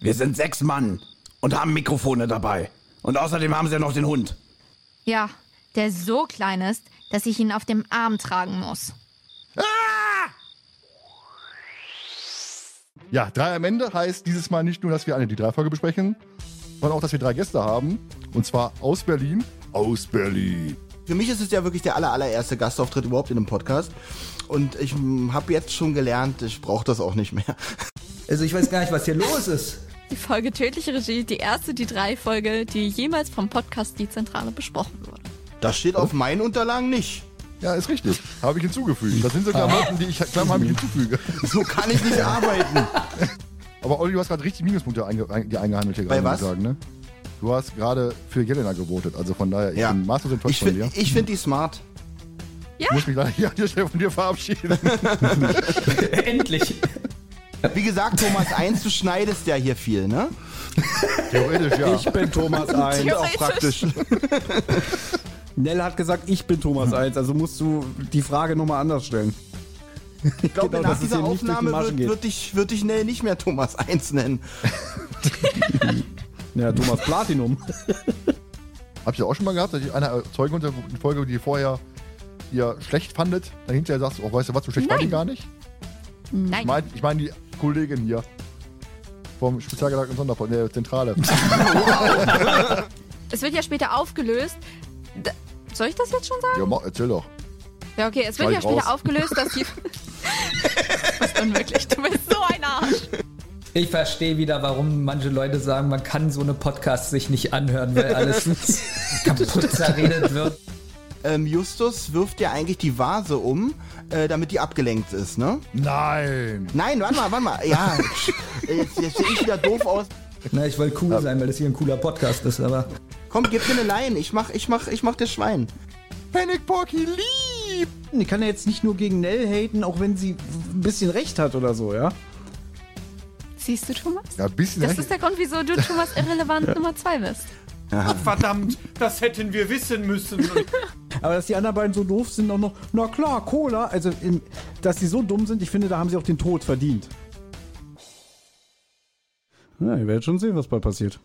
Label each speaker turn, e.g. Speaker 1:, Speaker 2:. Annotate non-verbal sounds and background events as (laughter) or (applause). Speaker 1: Wir sind sechs Mann und haben Mikrofone dabei. Und außerdem haben sie ja noch den Hund.
Speaker 2: Ja, der so klein ist, dass ich ihn auf dem Arm tragen muss.
Speaker 3: Ja, drei am Ende heißt dieses Mal nicht nur, dass wir eine die drei Folge besprechen, sondern auch, dass wir drei Gäste haben. Und zwar aus Berlin. Aus Berlin.
Speaker 4: Für mich ist es ja wirklich der aller, allererste Gastauftritt überhaupt in einem Podcast. Und ich habe jetzt schon gelernt, ich brauche das auch nicht mehr.
Speaker 5: Also ich weiß gar nicht, was hier los ist.
Speaker 6: Die Folge Tödliche Regie, die erste, die drei Folge, die jemals vom Podcast Die Zentrale besprochen wurde.
Speaker 4: Das steht auf meinen Unterlagen nicht.
Speaker 3: Ja, ist richtig. Habe ich hinzugefügt. Das sind
Speaker 4: Ah.
Speaker 3: so Klamotten, die ich Klammern habe ich hinzufüge.
Speaker 4: So kann
Speaker 7: (laughs)
Speaker 4: ich nicht arbeiten.
Speaker 3: Aber Olli, du hast gerade richtig Minuspunkte einge ein, dir eingehandelt hier
Speaker 4: Bei
Speaker 3: gerade, muss
Speaker 4: was?
Speaker 3: ich sagen, ne? Du hast gerade für Jelena gewotet, also von daher, ich
Speaker 4: Ja.
Speaker 7: Hm,
Speaker 3: bin maßlos enttäuscht
Speaker 4: Ich
Speaker 3: von dir.
Speaker 4: finde ich find die smart.
Speaker 3: Ich muss mich leider hier an der Stelle von dir verabschieden.
Speaker 4: (laughs)
Speaker 5: Endlich.
Speaker 4: Wie gesagt,
Speaker 7: (laughs)
Speaker 4: Thomas 1, du schneidest ja hier viel, ne?
Speaker 3: Theoretisch, ja.
Speaker 7: Ich bin Thomas (laughs) 1.
Speaker 4: Ist auch praktisch.
Speaker 7: Nell hat gesagt, ich bin Thomas 1, also musst du die Frage nochmal anders stellen.
Speaker 4: Ich glaube,
Speaker 7: (laughs) Genau,
Speaker 4: nach
Speaker 7: dass es
Speaker 4: dieser
Speaker 7: hier nicht durch die
Speaker 4: Aufnahme
Speaker 7: Maschen
Speaker 4: wird,
Speaker 7: geht.
Speaker 4: wird, dich, wird dich Nell nicht mehr Thomas 1 nennen.
Speaker 7: Ja, Thomas (laughs) Platinum.
Speaker 3: Habt ihr auch schon mal gehabt, dass ich einer erzeugen konnte, eine Folge, die ihr vorher ihr schlecht fandet, dann hinterher sagst du, oh, weißt du was, so schlecht fand ich gar nicht? Ich
Speaker 2: Nein.
Speaker 3: meine ich mein die Kollegin hier vom Spezialgedanken Sonderfall,
Speaker 6: (laughs)
Speaker 3: der Zentrale.
Speaker 6: Es wird ja später aufgelöst. D soll ich das jetzt schon sagen?
Speaker 3: ja, ma, erzähl doch.
Speaker 6: Ja, okay, es wird ja
Speaker 3: Schneid
Speaker 6: später
Speaker 3: raus.
Speaker 6: aufgelöst, dass
Speaker 3: (laughs)
Speaker 6: die. Was dann wirklich? Du bist so ein Arsch.
Speaker 5: Ich verstehe wieder, warum manche Leute sagen, man kann so eine Podcast sich nicht anhören, weil alles kaputt zerredet wird.
Speaker 4: Ähm, Justus wirft ja eigentlich die Vase um, äh, damit die abgelenkt ist, ne?
Speaker 3: Nein!
Speaker 4: Nein, warte mal, warte mal.
Speaker 7: (laughs)
Speaker 4: Ja, jetzt, jetzt sehe ich wieder doof aus.
Speaker 5: Na, ich wollte cool sein, weil das hier ein cooler Podcast ist, aber
Speaker 4: Komm, gib mir eine Line. Ich mach, ich mach, ich mach das Schwein.
Speaker 3: Panic Porky lieb!
Speaker 7: Ich kann ja jetzt nicht nur gegen Nell haten, auch wenn sie ein bisschen recht hat oder so, ja?
Speaker 6: Siehst du, Thomas?
Speaker 3: Ja, ein bisschen
Speaker 6: Das
Speaker 3: recht.
Speaker 6: ist der Grund, wieso du Thomas irrelevant Nummer zwei bist.
Speaker 8: Verdammt, das hätten wir wissen müssen.
Speaker 7: Aber dass die anderen beiden so doof sind, auch noch, na klar, Cola. Also, im, dass sie so dumm sind, ich finde, da haben sie auch den Tod verdient. Na, ihr werdet schon sehen, was bald passiert.